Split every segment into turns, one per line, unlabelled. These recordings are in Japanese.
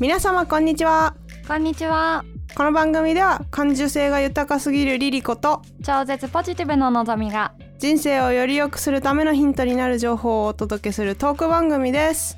皆様こんにちは
こんにちは
この番組では感受性が豊かすぎるリリコと
超絶ポジティブののぞみが
人生をより良くするためのヒントになる情報をお届けするトーク番組です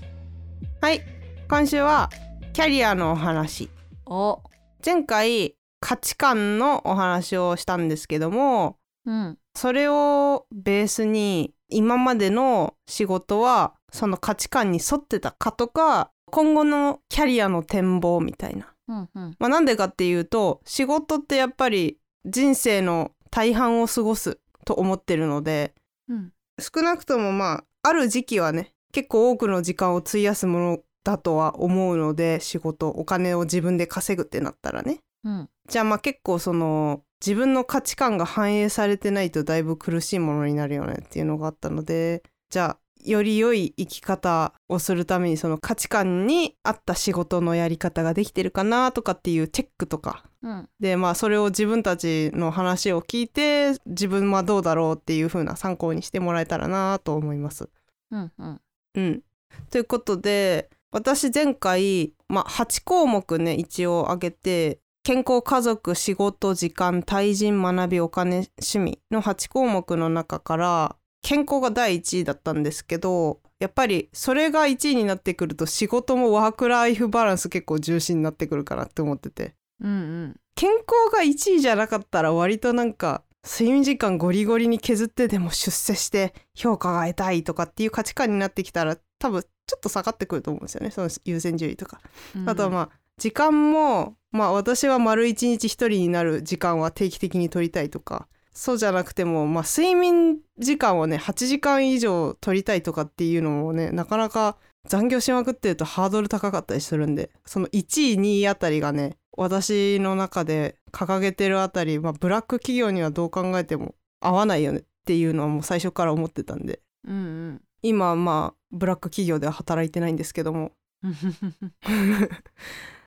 はい今週はキャリアのお話
お
前回価値観のお話をしたんですけども
うん
それをベースに今までの仕事はその価値観に沿ってたかとか今後のキャリアの展望みたいな。
うんうん
まあ、なんでかっていうと仕事ってやっぱり人生の大半を過ごすと思ってるので
うん
少なくともまあある時期はね結構多くの時間を費やすものだとは思うので仕事お金を自分で稼ぐってなったらね
うん
じゃあまあ結構その自分の価値観が反映されてないとだいぶ苦しいものになるよねっていうのがあったのでじゃあより良い生き方をするためにその価値観に合った仕事のやり方ができてるかなとかっていうチェックとか
うん
でまあそれを自分たちの話を聞いて自分はどうだろうっていう風な参考にしてもらえたらなと思います。
うんうん
うん、ということで私前回、まあ、8項目ね一応挙げて健康家族仕事時間対人学びお金趣味の8項目の中から健康が第1位だったんですけどやっぱりそれが1位になってくると仕事もワークライフバランス結構重視になってくるかなって思ってて
うん
健康が1位じゃなかったら割となんか睡眠時間ゴリゴリに削ってでも出世して評価が得たいとかっていう価値観になってきたら多分ちょっと下がってくると思うんですよねその優先順位とか。
うん
あとはまあ時間もまあ私は丸一日一人になる時間は定期的に取りたいとかそうじゃなくてもまあ睡眠時間をね8時間以上取りたいとかっていうのもねなかなか残業しまくってるとハードル高かったりするんでその1位2位あたりがね私の中で掲げてるあたり、まあ、ブラック企業にはどう考えても合わないよねっていうのはもう最初から思ってたんで
うんうん
今まあブラック企業では働いてないんですけども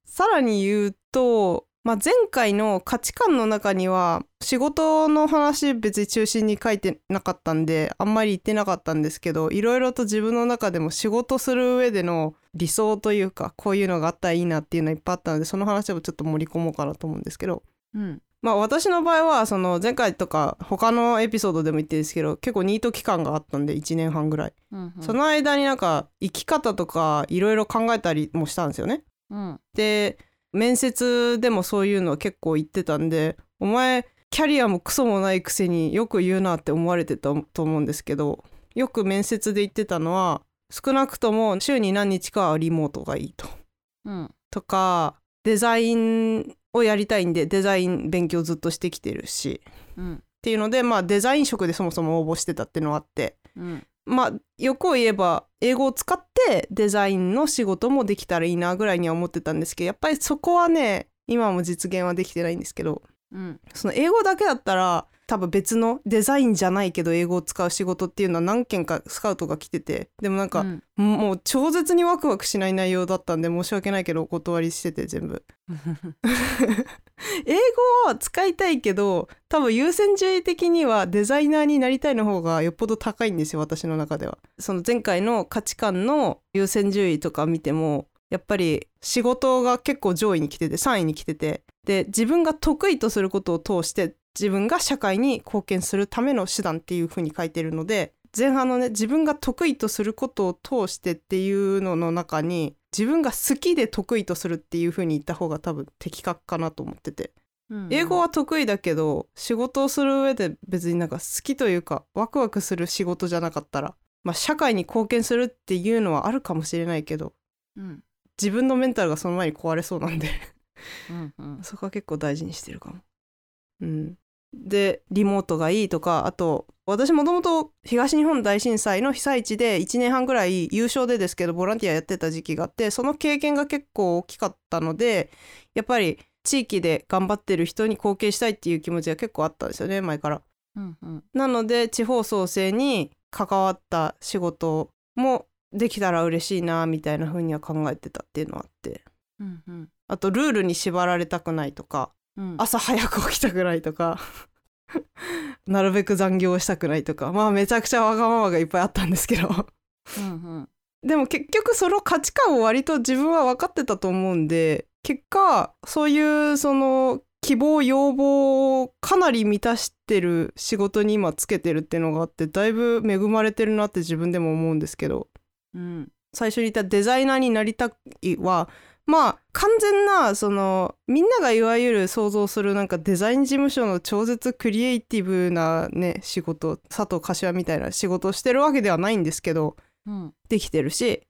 さらに言うと、まあ、前回の価値観の中には仕事の話別に中心に書いてなかったんであんまり言ってなかったんですけどいろいろと自分の中でも仕事する上での理想というかこういうのがあったらいいなっていうのはいっぱいあったのでその話をちょっと盛り込もうかなと思うんですけど。
うん
まあ私の場合はその前回とか他のエピソードでも言ってるんですけど結構ニート期間があったんで1年半ぐらい、
うんうん
その間になんか生き方とかいろいろ考えたりもしたんですよね
うん
で面接でもそういうの結構言ってたんでお前キャリアもクソもないくせによく言うなって思われてたと思うんですけどよく面接で言ってたのは少なくとも週に何日かはリモートがいいと。
うん
とかデザインをやりたいんでデザイン勉強ずっとしてきてるしっ
うん
ていうのでまあデザイン職でそもそも応募してたっていうのがあって
うん
まあ欲を言えば英語を使ってデザインの仕事もできたらいいなぐらいには思ってたんですけどやっぱりそこはね今も実現はできてないんですけど
うん
その英語だけだったら多分別のデザインじゃないけど英語を使う仕事っていうのは何件かスカウトが来ててでもなんか、
うん
もう超絶にワクワクしない内容だったんで申し訳ないけどお断りしてて全部英語を使いたいけど多分優先順位的にはデザイナーになりたいの方がよっぽど高いんですよ私の中ではその前回の価値観の優先順位とか見てもやっぱり仕事が結構上位に来てて3位に来ててで自分が得意とすることを通して自分が社会に貢献するための手段っていうふうに書いてるので前半のね自分が得意とすることを通してっていうのの中に自分が好きで得意とするっていうふうに言った方が多分的確かなと思ってて
うん
英語は得意だけど仕事をする上で別になんか好きというかワクワクする仕事じゃなかったら、まあ、社会に貢献するっていうのはあるかもしれないけど
うん
自分のメンタルがその前に壊れそうなんで
うんうん
そこは結構大事にしてるかも。うん、でリモートがいいとかあと私もともと東日本大震災の被災地で1年半ぐらい優勝でですけどボランティアやってた時期があってその経験が結構大きかったのでやっぱり地域で頑張ってる人に貢献したいっていう気持ちが結構あったんですよね前から。
うんうん
なので地方創生に関わった仕事もできたら嬉しいなみたいな風には考えてたっていうのはあって
うんうん
あとルールに縛られたくないとか
うん
朝早く起きたくないとかなるべく残業したくないとかまあめちゃくちゃわがままがいっぱいあったんですけど
うんうん
でも結局その価値観を割と自分は分かってたと思うんで結果そういうその希望要望をかなり満たしてる仕事に今つけてるっていうのがあってだいぶ恵まれてるなって自分でも思うんですけど
うん
最初に言ったデザイナーになりたいはまあ完全なそのみんながいわゆる想像するなんかデザイン事務所の超絶クリエイティブなね仕事佐藤柏みたいな仕事をしてるわけではないんですけど
うん
できてるし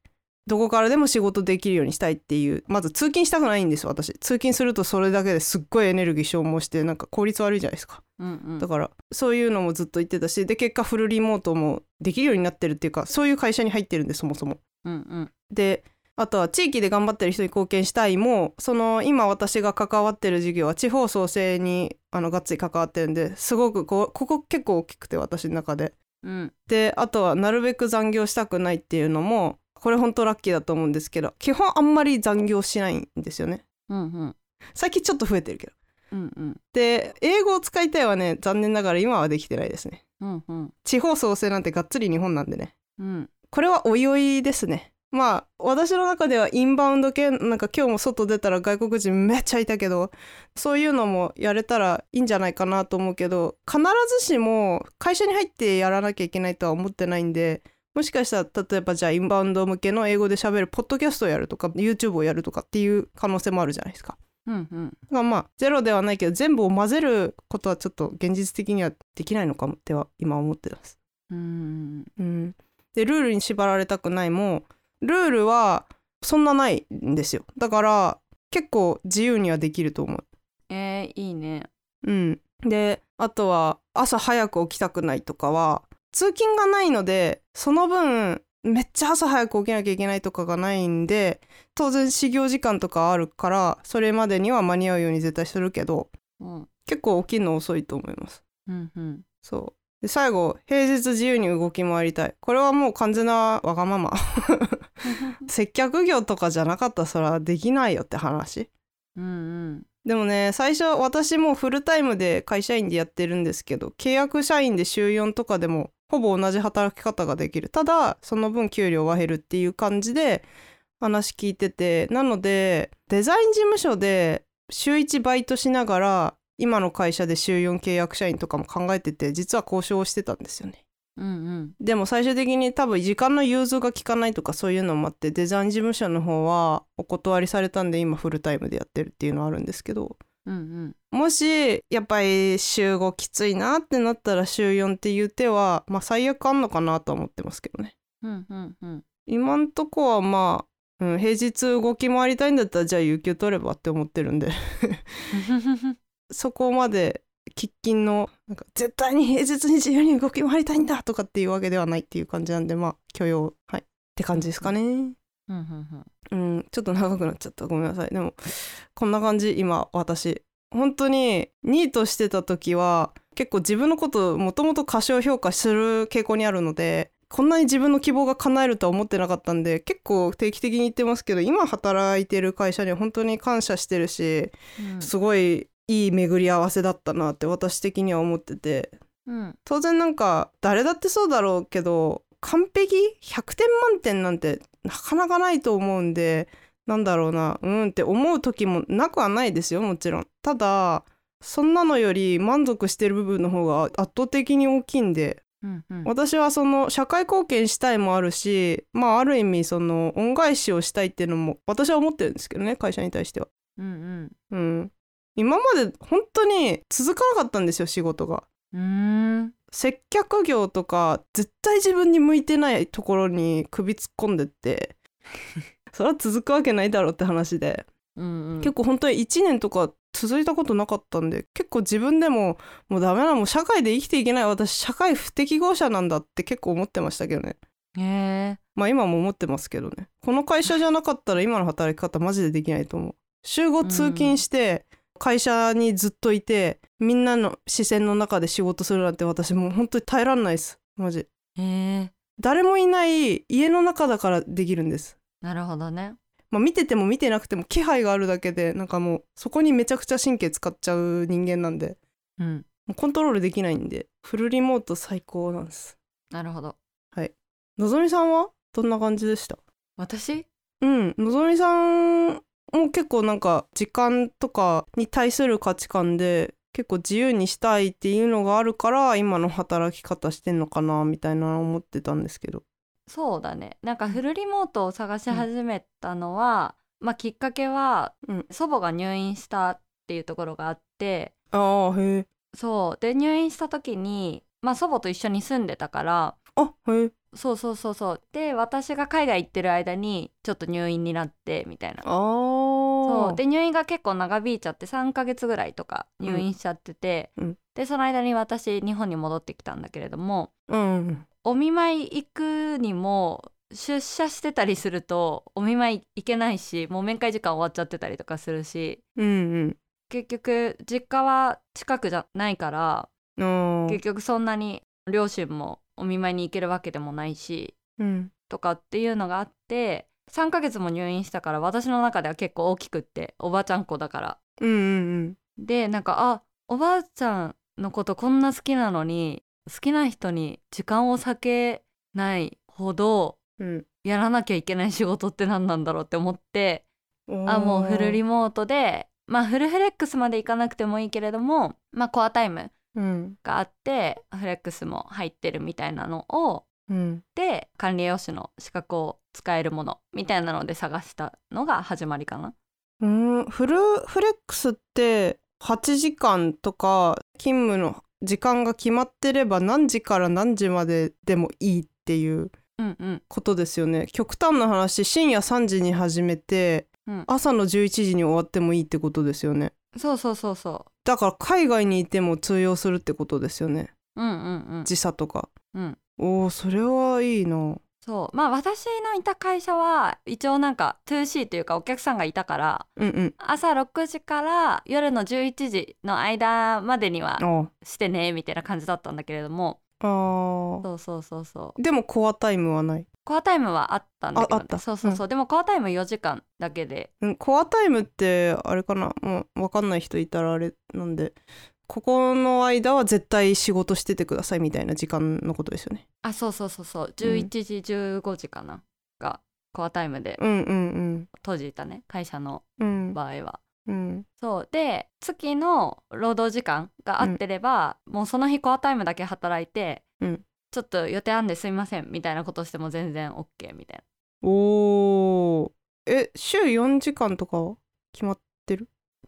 どこからでも仕事できるようにしたいっていうまず通勤したくないんです私通勤するとそれだけですっごいエネルギー消耗してなんか効率悪いじゃないですか
うんうん
だからそういうのもずっと言ってたしで結果フルリモートもできるようになってるっていうかそういう会社に入ってるんでそもそも。
うんうん
であとは地域で頑張ってる人に貢献したいもその今私が関わってる事業は地方創生にあのがっつり関わってるんですごくこうここ結構大きくて私の中で
うん
であとはなるべく残業したくないっていうのもこれ本当ラッキーだと思うんですけど基本あんまり残業しないんですよね
うんうん
最近ちょっと増えてるけど
うんうん
で英語を使いたいはね残念ながら今はできてないですね
うんうん
地方創生なんてがっつり日本なんでね
うん
これはおいおいですねまあ私の中ではインバウンド系なんか今日も外出たら外国人めっちゃいたけどそういうのもやれたらいいんじゃないかなと思うけど必ずしも会社に入ってやらなきゃいけないとは思ってないんでもしかしたら例えばじゃあインバウンド向けの英語で喋るポッドキャストをやるとか YouTube をやるとかっていう可能性もあるじゃないですか。
うんうん
まあまあゼロではないけど全部を混ぜることはちょっと現実的にはできないのかもっては今思ってます。
うん
うん、でルールに縛られたくないもルールはそんなないんですよだから結構自由にはできると思う。
えー、いいね
うん、であとは朝早く起きたくないとかは通勤がないのでその分めっちゃ朝早く起きなきゃいけないとかがないんで当然始業時間とかあるからそれまでには間に合うように絶対するけど
うん
結構起きるの遅いと思います。
うんうん
そうで最後平日自由に動き回りたいこれはもう完全なわがまま接客業とかじゃなかったらそれはできないよって話
うん
でもね最初私もフルタイムで会社員でやってるんですけど契約社員で週4とかでもほぼ同じ働き方ができるただその分給料は減るっていう感じで話聞いててなのでデザイン事務所で週1バイトしながら今の会社で週4契約社員とかも考えてて実は交渉をしてたんですよね
うんうん
でも最終的に多分時間の融通が効かないとかそういうのもあってデザイン事務所の方はお断りされたんで今フルタイムでやってるっていうのはあるんですけど
うんうん
もしやっぱり週5きついなってなったら週4っていう手はまあ最悪あんのかなとは思ってますけどね
うんうんうん
今んとこはまあ、うん、平日動き回りたいんだったらじゃあ有給取ればって思ってるんで そこまで喫緊のなんか絶対に平日に自由に動き回りたいんだとかっていうわけではないっていう感じなんでまあ許容はいって感じですかね。
うんうん
うん、ちょっと長くなっちゃったごめんなさいでもこんな感じ今私本当にニートしてた時は結構自分のことをもともと過小評価する傾向にあるのでこんなに自分の希望が叶えるとは思ってなかったんで結構定期的に言ってますけど今働いてる会社に本当に感謝してるし
うん
すごいいい巡り合わせだったなって私的には思ってて
うん
当然なんか誰だってそうだろうけど完璧100点満点なんてなかなかないと思うんでなんだろうなうんって思う時もなくはないですよもちろんただそんなのより満足してる部分の方が圧倒的に大きいんで
うんうん
私はその社会貢献したいもあるしまあある意味その恩返しをしたいっていうのも私は思ってるんですけどね会社に対しては。
うん
うん、今まで本当に続かなかったんですよ仕事が。
うんう
接客業とか絶対自分に向いてないところに首突っ込んでって それは続くわけないだろうって話で、
ーんうん
結構本当に1年とか続いたことなかったんで結構自分でももうダメなもう社会で生きていけない私社会不適合者なんだって結構思ってましたけどね
へえ
まあ今も思ってますけどねこの会社じゃなかったら今の働き方マジでできないと思う週
う
5
ん
通勤して会社にずっといてみんなの視線の中で仕事するなんて私もう本当に耐えらんないですマジ
へえ
誰もいない家の中だからできるんです
なるほどね
まあ見てても見てなくても気配があるだけでなんかもうそこにめちゃくちゃ神経使っちゃう人間なんで
うん
もうコントロールできないんでフルリモート最高なんです
なるほど
のぞみさんはどんな感じでした
私
うんのぞみさんも結構なんか時間とかに対する価値観で結構自由にしたいっていうのがあるから今の働き方してんのかなみたいな思ってたんですけど
そうだねなんかフルリモートを探し始めたのは、まあきっかけは、
うん
祖母が入院したっていうところがあって
ああへえ
そうで入院した時に、まあ、祖母と一緒に住んでたから
あへえ
そうそうそうそうで私が海外行ってる間にちょっと入院になってみたいな
ああ
そうで入院が結構長引いちゃって3ヶ月ぐらいとか入院しちゃってて、
うんうん
でその間に私日本に戻ってきたんだけれども
うん
お見舞い行くにも出社してたりするとお見舞い行けないしもう面会時間終わっちゃってたりとかするし
うん
結局実家は近くじゃないから
うんあ
結
ー
局そんなに両親もお見舞いに行けるわけでもないし
うん
とかっていうのがあって3ヶ月も入院したから私の中では結構大きくっておばあちゃん子だから
うんうん
でなんかあおばあちゃんのことこんな好きなのに好きな人に時間を避けないほど
うん
やらなきゃいけない仕事って何なんだろうって思って
うん
あもうフルリ
モ
モートでまあフルフレックスまでいかなくてもいいけれどもまあコアタイム
うん
があってフレックスも入ってるみたいなのを
うん
で管理栄養士の資格を使えるものみたいなので探したのが始まりかな。
うんフルフレックスって8時間とか勤務の時間が決まってれば何時から何時まででもいいっていう
うんうん
ことですよね極端な話深夜3時に始めて
うん、
朝の11時に終わってもいいってことですよね
そうそうそうそ
だから海外にいても通用するってことですよね
ううんうんうん
時差とか
うん
おーそれはいいな
そうまあ私のいた会社は一応なんか 2C というかお客さんがいたから
うんうん
朝6時から夜の11時の間までには
あ
してねみたいな感じだったんだけれども
あー
そうそうそうそう
でもコアタイムはない
コアタイムはあったんだけど、
ああった
そうそうそう、でもコアタイム4時間だけで
うんコアタイムってあれかなもう分かんない人いたらあれなんでここの間は絶対仕事しててくださいみたいな時間のことですよね
あそうそうそうそう11時15時かな、がコアタイムで
うんうん
閉じたね会社の
うんうん
場合は。
うん
そうで月の労働時間が合ってれば、もうその日コアタイムだけ働いて、
うん
ちょっと予定あんですいませんみたいなことしても全然 OK みたいな
おーえ週4時間とかは決まっ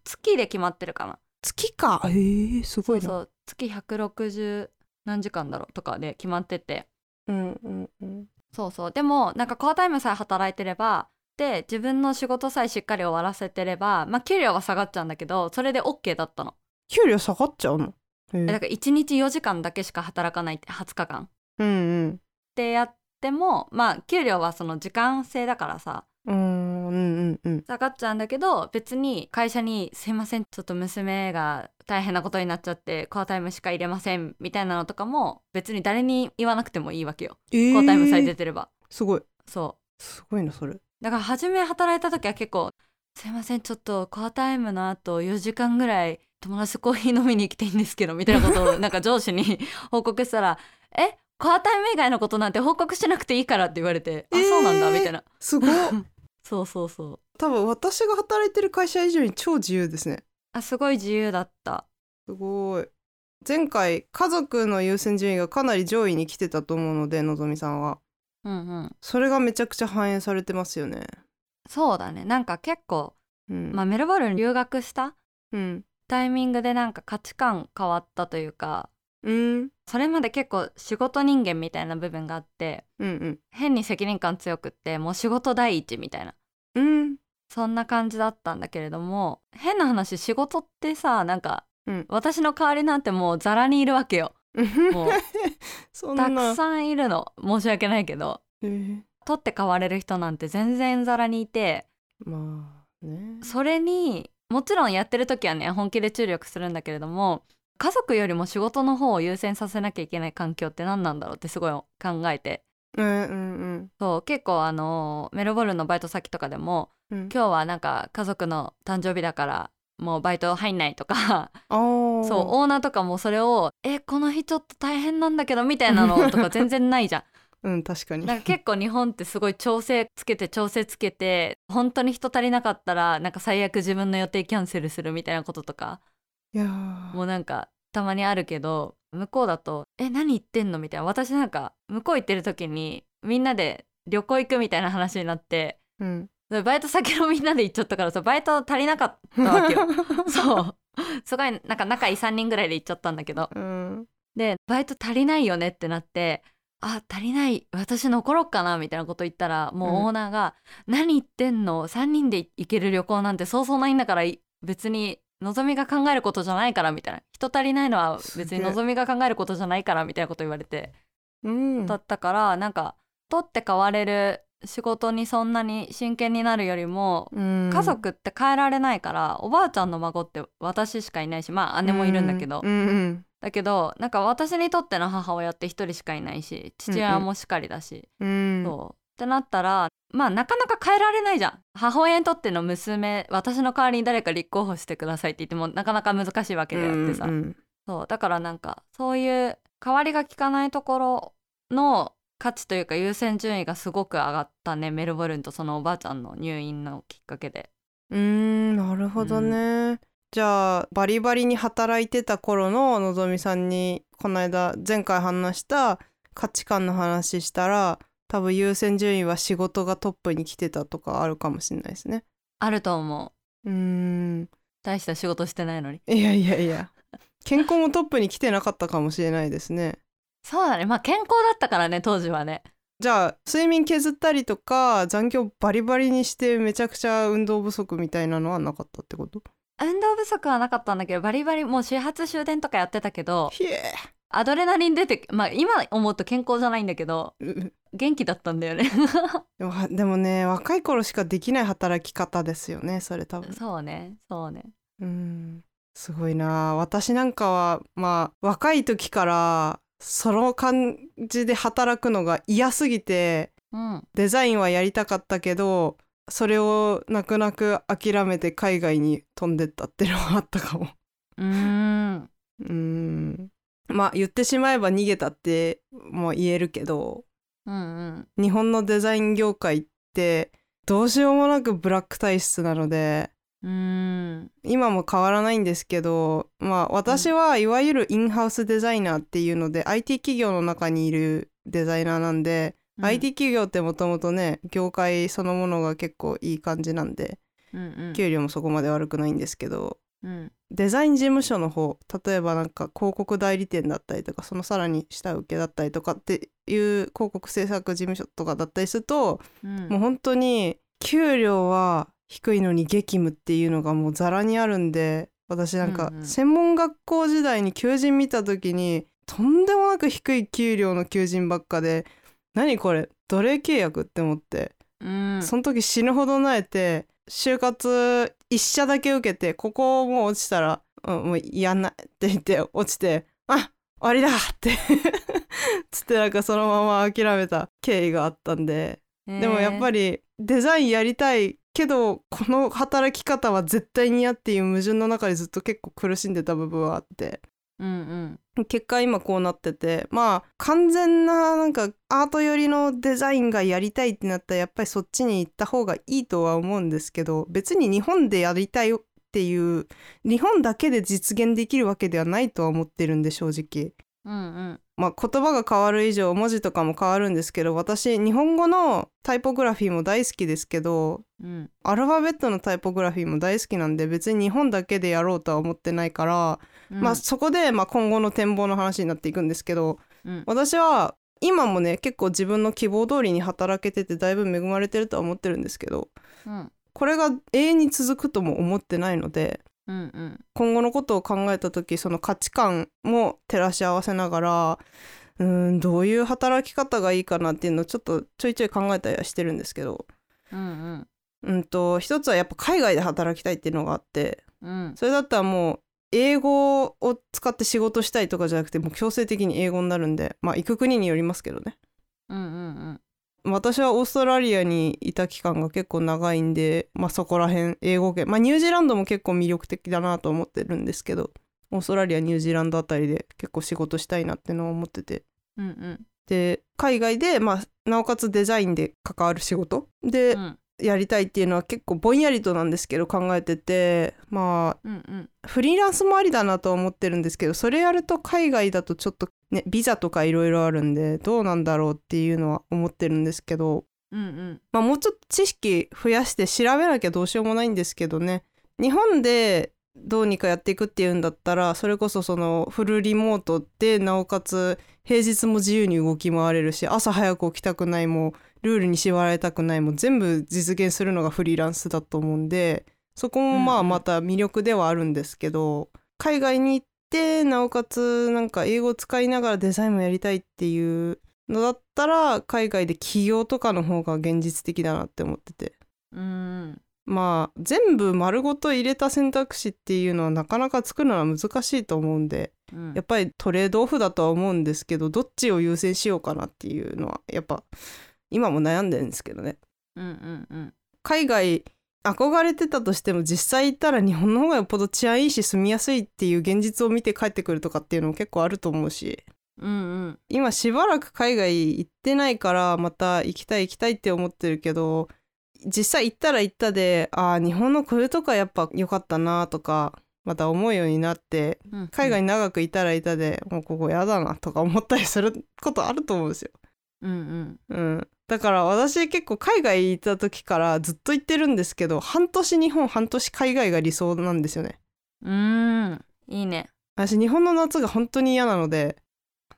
月で決まってるかな
月かえー、すご
そ
いうな
そう月160何時間だろうとかで決まってて
うんうんうん
そうそうでもなんかコアタイムさえ働いてればで自分の仕事さえしっかり終わらせてればまあ給料は下がっちゃうんだけどそれで OK だったの、
給料下がっちゃうの、えー
だから1日4時間だけしか働かないって20日間
うん
ってやってもまあ給料はその時間制だからさ
うんうんうんうん
下がっちゃうんだけど別に会社に「すいませんちょっと娘が大変なことになっちゃってコアタイムしか入れません」みたいなのとかも別に誰に言わなくてもいいわけよ、
えー
コアタイムさえ出てれば
すごい
そ
すごいなそれ
うだから初め働いた時は結構「すいませんちょっとコアタイムのあと4時間ぐらい友達とコーヒー飲みに行きたいんですけど」みたいなこ とをなんか上司に報告したら「えコアタイム以外のことなんて報告しなくていいから」って言われて「
えー
あそうなんだ」みたいな
すご い
そうそうそう
多分私が働いてる会社以上に超自由ですね
あすごい自由だった
すごい前回家族の優先順位がかなり上位に来てたと思うのでのぞみさんは
うんうん
それがめちゃくちゃ反映されてますよね
そうだねなんか結構、
うん、
まあ、メルボルンに留学した
うん
タイミングでなんか価値観変わったというか
うん
それまで結構仕事人間みたいな部分があって
うん
変に責任感強くってもう仕事第一みたいな
うんうん
そんな感じだったんだけれども変な話仕事ってさなんか、
うん
私の代わりなんてもうザラにいるわけよ もう
そん
た
な
くさんいるの申し訳ないけど
えー
取って代われる人なんて全然ザラにいて
まあね
それにもちろんやってる時はね本気で注力するんだけれども家族よりも仕事の方を優先させなきゃいけない環境って何なんだろうってすごい考えて
うんうん
そう結構あのメルボルンのバイト先とかでも
うんうん
今日はなんか家族の誕生日だからもうバイト入んないとか
あー
そうオーナーとかもそれを「えこの日ちょっと大変なんだけど」みたいなのとか全然ないじゃん
うん確かに
なんか結構日本ってすごい調整つけて調整つけて本当に人足りなかったらなんか最悪自分の予定キャンセルするみたいなこととか
いやー
もうなんかたまにあるけど向こうだと「え何言ってんの?」みたいな私なんか向こう行ってる時にみんなで旅行行くみたいな話になって
うん
でバイト先の みんなで行っちゃったからさバイト足りなかったわけよそうすごいなんか仲いい3人ぐらいで行っちゃったんだけど
うん
でバイト足りないよねってなってあ足りない私残ろっかなみたいなこと言ったらもうオーナーが「何言ってんの3人で行ける旅行なんてそうそうないんだからい別にのぞみが考えることじゃないから」みたいな「人足りないのは別
す
に
げえ
のぞみが考えることじゃないから」みたいなこと言われて
うん
だったからなんか取って代われる仕事にそんなに真剣になるよりも
うん
家族って変えられないからおばあちゃんの孫って私しかいないしまあ姉もいるんだけど
うんうん
だけどなんか私にとっての母親って一人しかいないし父親もしかりだし、
うん
そうってなったらまあなかなか変えられないじゃん母親にとっての娘私の代わりに誰か立候補してくださいって言ってもなかなか難しいわけであって
う
さ、
んうん
そうだからなんかそういう代わりが利かないところの価値というか優先順位がすごく上がったねメルボルンとそのおばあちゃんの入院のきっかけで。
うーんなるほどね、じゃあバリバリに働いてた頃ののぞみさんにこの間前回話した価値観の話したら多分優先順位は仕事がトップに来てたとかあるかもしれないですね
あると思う
うーん
大した仕事してないのに
いやいやいや健康もトップに来てなかったかもしれないですね
そうだねまあ健康だったからね当時はね
じゃあ睡眠削ったりとか残業バリバリにしてめちゃくちゃ運動不足みたいなのはなかったってこと
運動不足はなかったんだけどバリバリもう始発終電とかやってたけど
ひえ
アドレナリン出てまあ今思うと健康じゃないんだけど
う
元気だったんだよね
でもはでもね若い頃しかできない働き方ですよ ねそれ多分
そうねそうね
うんすごいな私なんかはまあ若い時からその感じで働くのが嫌すぎて
うん
デザインはやりたかったけどそれを泣く泣く諦めて海外に飛んでったっていうのはあったかも
うーん
うんまあ言ってしまえば逃げたっても言えるけど
うんうん
日本のデザイン業界ってどうしようもなくブラック体質なので
うーん
今も変わらないんですけどまあ私はいわゆるインハウスデザイナーっていうので、IT 企業の中にいるデザイナーなんで、
うん
IT 企業ってもともとね業界そのものが結構いい感じなんで
うんうん
給料もそこまで悪くないんですけど
うん
デザイン事務所の方例えばなんか広告代理店だったりとかそのさらに下請けだったりとかっていう広告制作事務所とかだったりすると、
うん
もう本当に給料は低いのに激務っていうのがもうざらにあるんで私なんか
うんうん
専門学校時代に求人見た時にとんでもなく低い給料の求人ばっかで何これ奴隷契約って思って、
うん
その時死ぬほど萎えて就活一社だけ受けてここもう落ちたら、うん、もうやんないって言って落ちてあ終わりだってつってなんかそのまま諦めた経緯があったんででもやっぱ
り
りデザインやりたいけどこの働き方は絶対に嫌っていう矛盾の中でずっと結構苦しんでた部分はあって
うん
結果今こうなっててまあ完全ななんかアート寄りのデザインがやりたいってなったらやっぱりそっちに行った方がいいとは思うんですけど別に日本でやりたいっていう日本だけで実現できるわけではないとは思ってるんで正直。
うんうんうん
まあ、言葉が変わる以上文字とかも変わるんですけど私日本語のタイポグラフィーも大好きですけど
うん
アルファベットのタイポグラフィーも大好きなんで別に日本だけでやろうとは思ってないから、
うん
まあ、そこでまあ今後の展望の話になっていくんですけど
うん
私は今もね結構自分の希望通りに働けててだいぶ恵まれてるとは思ってるんですけど
うん
これが永遠に続くとも思ってないので
うんうん
今後のことを考えた時その価値観も照らし合わせながらうーんどういう働き方がいいかなっていうのをちょっとちょいちょい考えたりはしてるんですけど、
うん
うん、と一つはやっぱ海外で働きたいっていうのがあって
うん
それだったらもう英語を使って仕事したいとかじゃなくてもう強制的に英語になるんでまあ行く国によりますけどね
うんうん
私はオーストラリアにいた期間が結構長いんで、まあ、そこら辺英語圏、まあ、ニュージーランドも結構魅力的だなと思ってるんですけどオーストラリアニュージーランドあたりで結構仕事したいなってのを思ってて
うんうん
で海外で、まあ、なおかつデザインで関わる仕事で
うん
やりたいっていうのは結構ぼんやりとなんですけど考えててま
うんうん
あフリーランスもありだなとは思ってるんですけどそれやると海外だとちょっとねビザとかいろいろあるんでどうなんだろうっていうのは思ってるんですけど
うんうん
まあ、もうちょっと知識増やして調べなきゃどうしようもないんですけどね日本でどうにかやっていくっていうんだったらそれこそそのフルリモートでなおかつ平日も自由に動き回れるし朝早く起きたくないもルールに縛られたくないも全部実現するのがフリーランスだと思うんでそこもまあ
うんうん
また魅力ではあるんですけど、海外に行ってなおかつなんか英語を使いながらデザインもやりたいっていうのだったら海外で起業とかの方が現実的だなって思ってて
うん
まあ全部丸ごと入れた選択肢っていうのはなかなか作るのは難しいと思うんで
うん
やっぱりトレードオフだとは思うんですけどどっちを優先しようかなっていうのはやっぱ今も悩んでるんですけどね
うんうんうん
海外憧れてたとしても実際行ったら日本の方がよっぽど治安いいし住みやすいっていう現実を見て帰ってくるとかっていうのも結構あると思うし
うんうん
今しばらく海外行ってないからまた行きたい行きたいって思ってるけど実際行ったら行ったでああ日本のこれとかやっぱ良かったなとかまた思うようになって
うんうん
海外に長くいたらいたで、もうここやだなとか思ったりすることあると思うんですよ。
うんうん
うん、だから私結構海外行った時からずっと行ってるんですけど半年日本半年海外が理想なんですよね。
うんいいね
私日本の夏が本当に嫌なので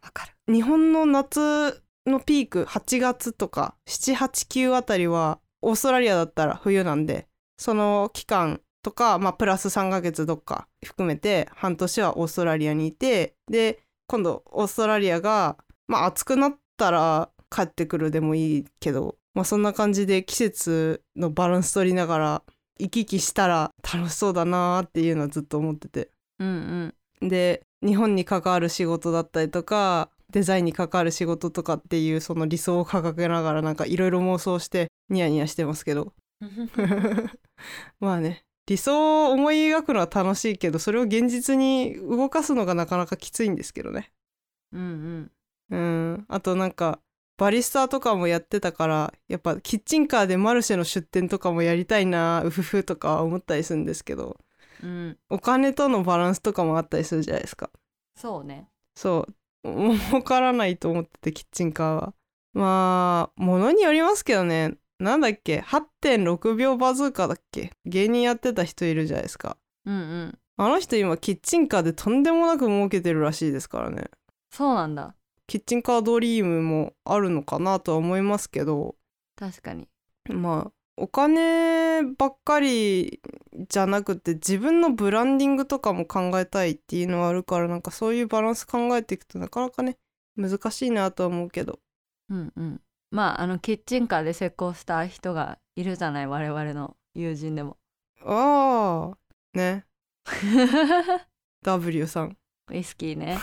わかる
日本の夏のピーク8月とか789あたりはオーストラリアだったら冬なんでその期間とか、まあ、プラス3ヶ月どっか含めて半年はオーストラリアにいてで今度オーストラリアが、まあ、暑くなったら帰ってくるでもいいけど、まあ、そんな感じで季節のバランス取りながら行き来したら楽しそうだなーっていうのはずっと思ってて。
うんうん
で日本に関わる仕事だったりとかデザインに関わる仕事とかっていうその理想を掲げながらなんかいろいろ妄想してニヤニヤしてますけど まあね理想を思い描くのは楽しいけどそれを現実に動かすのがなかなかきついんですけどね。
うん
うん、あとなんかバリスタとかもやってたからやっぱキッチンカーでマルシェの出店とかもやりたいなうふふとか思ったりするんですけど
うんうん
お金とのバランスとかもあったりするじゃないですか。
そうね
そうもう儲からないと思っててキッチンカーはまあものによりますけどねなんだっけ8.6秒バズーカだっけ芸人やってた人いるじゃないですか
うんうん
あの人今キッチンカーでとんでもなく儲けてるらしいですからね
そうなんだ
キッチンカードリームもあるのかなとは思いますけど
確かに
まあお金ばっかりじゃなくて自分のブランディングとかも考えたいっていうのはあるからなんかそういうバランス考えていくとなかなかね難しいなとは思うけど
うんうんまああのキッチンカーで成功した人がいるじゃない我々の友人でも
ああね W さん
ウイスキーね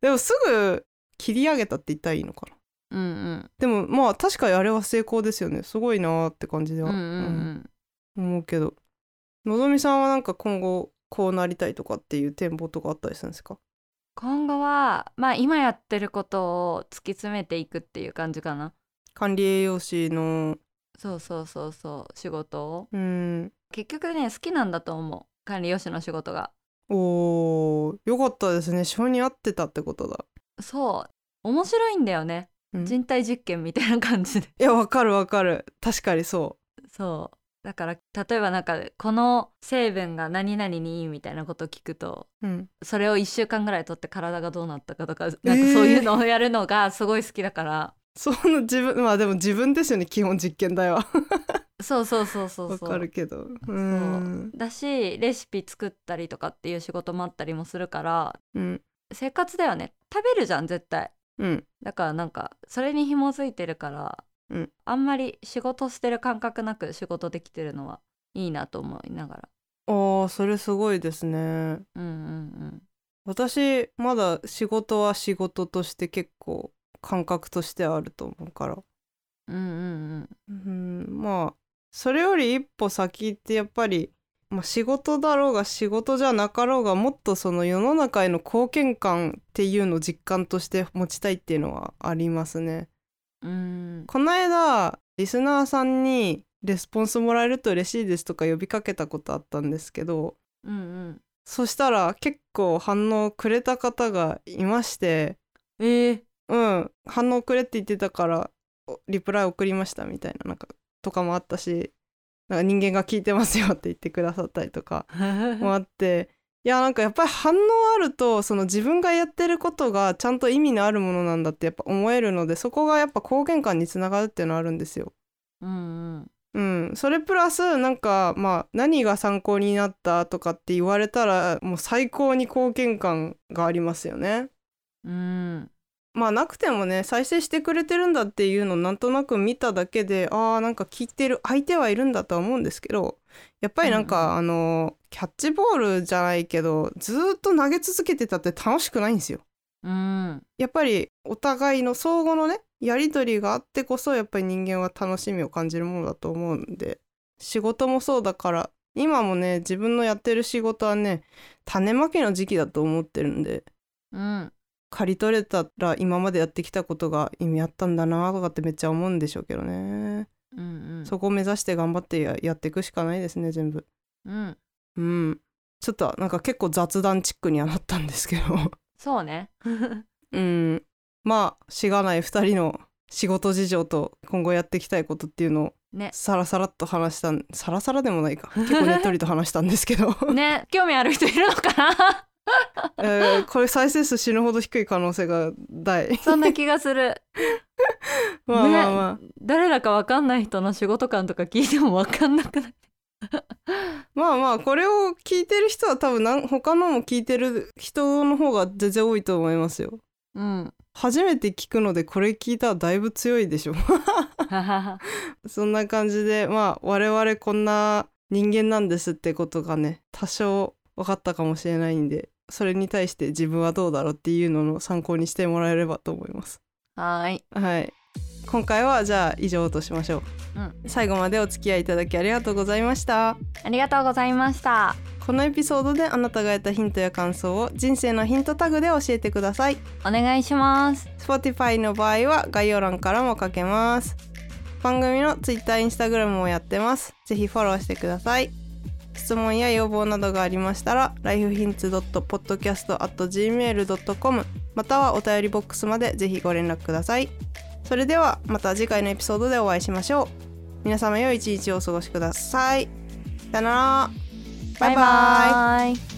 でもすぐ切り上げたって言ったらいいのかな
うんうん
でもまあ確かにあれは成功ですよねすごいなーって感じで
う
は、
んうん
うん思うけどのぞみさんはなんか今後こうなりたいとかっていう展望とかあったりするんですか
今後はまあ今やってることを突き詰めていくっていう感じかな
管理栄養士の
そうそうそうそう仕事を
うん
結局ね好きなんだと思う管理栄養士の仕事が
おーよかったですね性に合ってたってことだ、
そう面白いんだよね
うんい
人体実験みたいな感じで
やわかるわかる確かにそ
そうだから例えばなんかこの成分が何々にいいみたいなことを聞くと
う、うん、
それを1週間ぐらい取って体がどうなったかとかなんかそう
えー
いうのをやるのがすごい好きだから、
その自分まあでも自分ですよね基本実験台は
そうそうそうそう
わ
そ
かる
う
けどうん
だしレシピ作ったりとかっていう仕事もあったりもするから
うん
生活だよね食べるじゃん絶対
うん
だからなんかそれに紐づいてるから、
うん
あんまり仕事してる感覚なく仕事できてるのはいいなと思いながら
あーそれすごいですね
うんうん
私まだ仕事は仕事として結構感覚としてはあると思うから
うんうんうん
うんまあそれより一歩先ってやっぱりまあ、仕事だろうが仕事じゃなかろうがもっとその世の中への貢献感っていうのを実感として持ちたいっていうのはありますね。
うん
この間リスナーさんにレスポンスもらえると嬉しいですとか呼びかけたことあったんですけど
うんうん
そしたら結構反応くれた方がいまして
えー、
うん反応くれって言ってたからおリプライ送りましたみたいななんかとかもあったしなんか人間が聞いてますよって言ってくださったりとかもあっていやなんかやっぱり反応あるとその自分がやってることがちゃんと意味のあるものなんだってやっぱ思えるのでそこがやっぱ貢献感につながるっていうのはあるんですよ。
うんうん
うん、それプラスなんかまあ何が参考になったとかって言われたらもう最高に貢献感がありますよね。
うん
まあなくてもね再生してくれてるんだっていうのをなんとなく見ただけでああんか聞いてる相手はいるんだとは思うんですけどやっぱりなんか、あのキャッチボールじゃないけどずーっと投げ続けてたって楽しくないんですよ。
うん
やっぱりお互いの相互のねやり取りがあってこそやっぱり人間は楽しみを感じるものだと思うんで仕事もそうだから今もね自分のやってる仕事はね種まきの時期だと思ってるんで
うん
刈り取れたら今までやってきたことが意味あったんだなとかってめっちゃ思うんでしょうけどね、
うん
そこを目指して頑張ってややっていくしかないですね全部
うん
うんちょっとなんか結構雑談チックにはなったんですけど
そうね
うん、まあしがない2人の仕事事情と今後やっていきたいことっていうのを
ね
さらさらっと話したんさらさらでもないか結構ねっとりと話したんですけど、
ね興味ある人いるのかな
えーこれ再生数死ぬほど低い可能性が 大
そんな気がする
まあまあまあ、
誰だかわかんない人の仕事感とか聞いてもわかんなくなる
まあまあこれを聞いてる人は多分なん他のも聞いてる人の方が全然多いと思いますよ
うん
初めて聞くのでこれ聞いたらだいぶ強いでしょ そんな感じでまあ我々こんな人間なんですってことがね多少分かったかもしれないんでそれに対して自分はどうだろうっていうのの参考にしてもらえればと思います。
はーい
はい今回はじゃあ以上としましょう、
うん
最後までお付き合いいただきありがとうございました
ありがとうございました
このエピソードであなたが得たヒントや感想を人生のヒントタグで教えてください
お願いします
Spotify の場合は概要欄からも書けます番組の Twitter、Instagram もやってますぜひフォローしてください質問や要望などがありましたら lifehints.podcast.gmail.com またはお便りボックスまでぜひご連絡くださいそれではまた次回のエピソードでお会いしましょう皆様良い一日をお過ごしくださいさよならバイバイ
バイバイ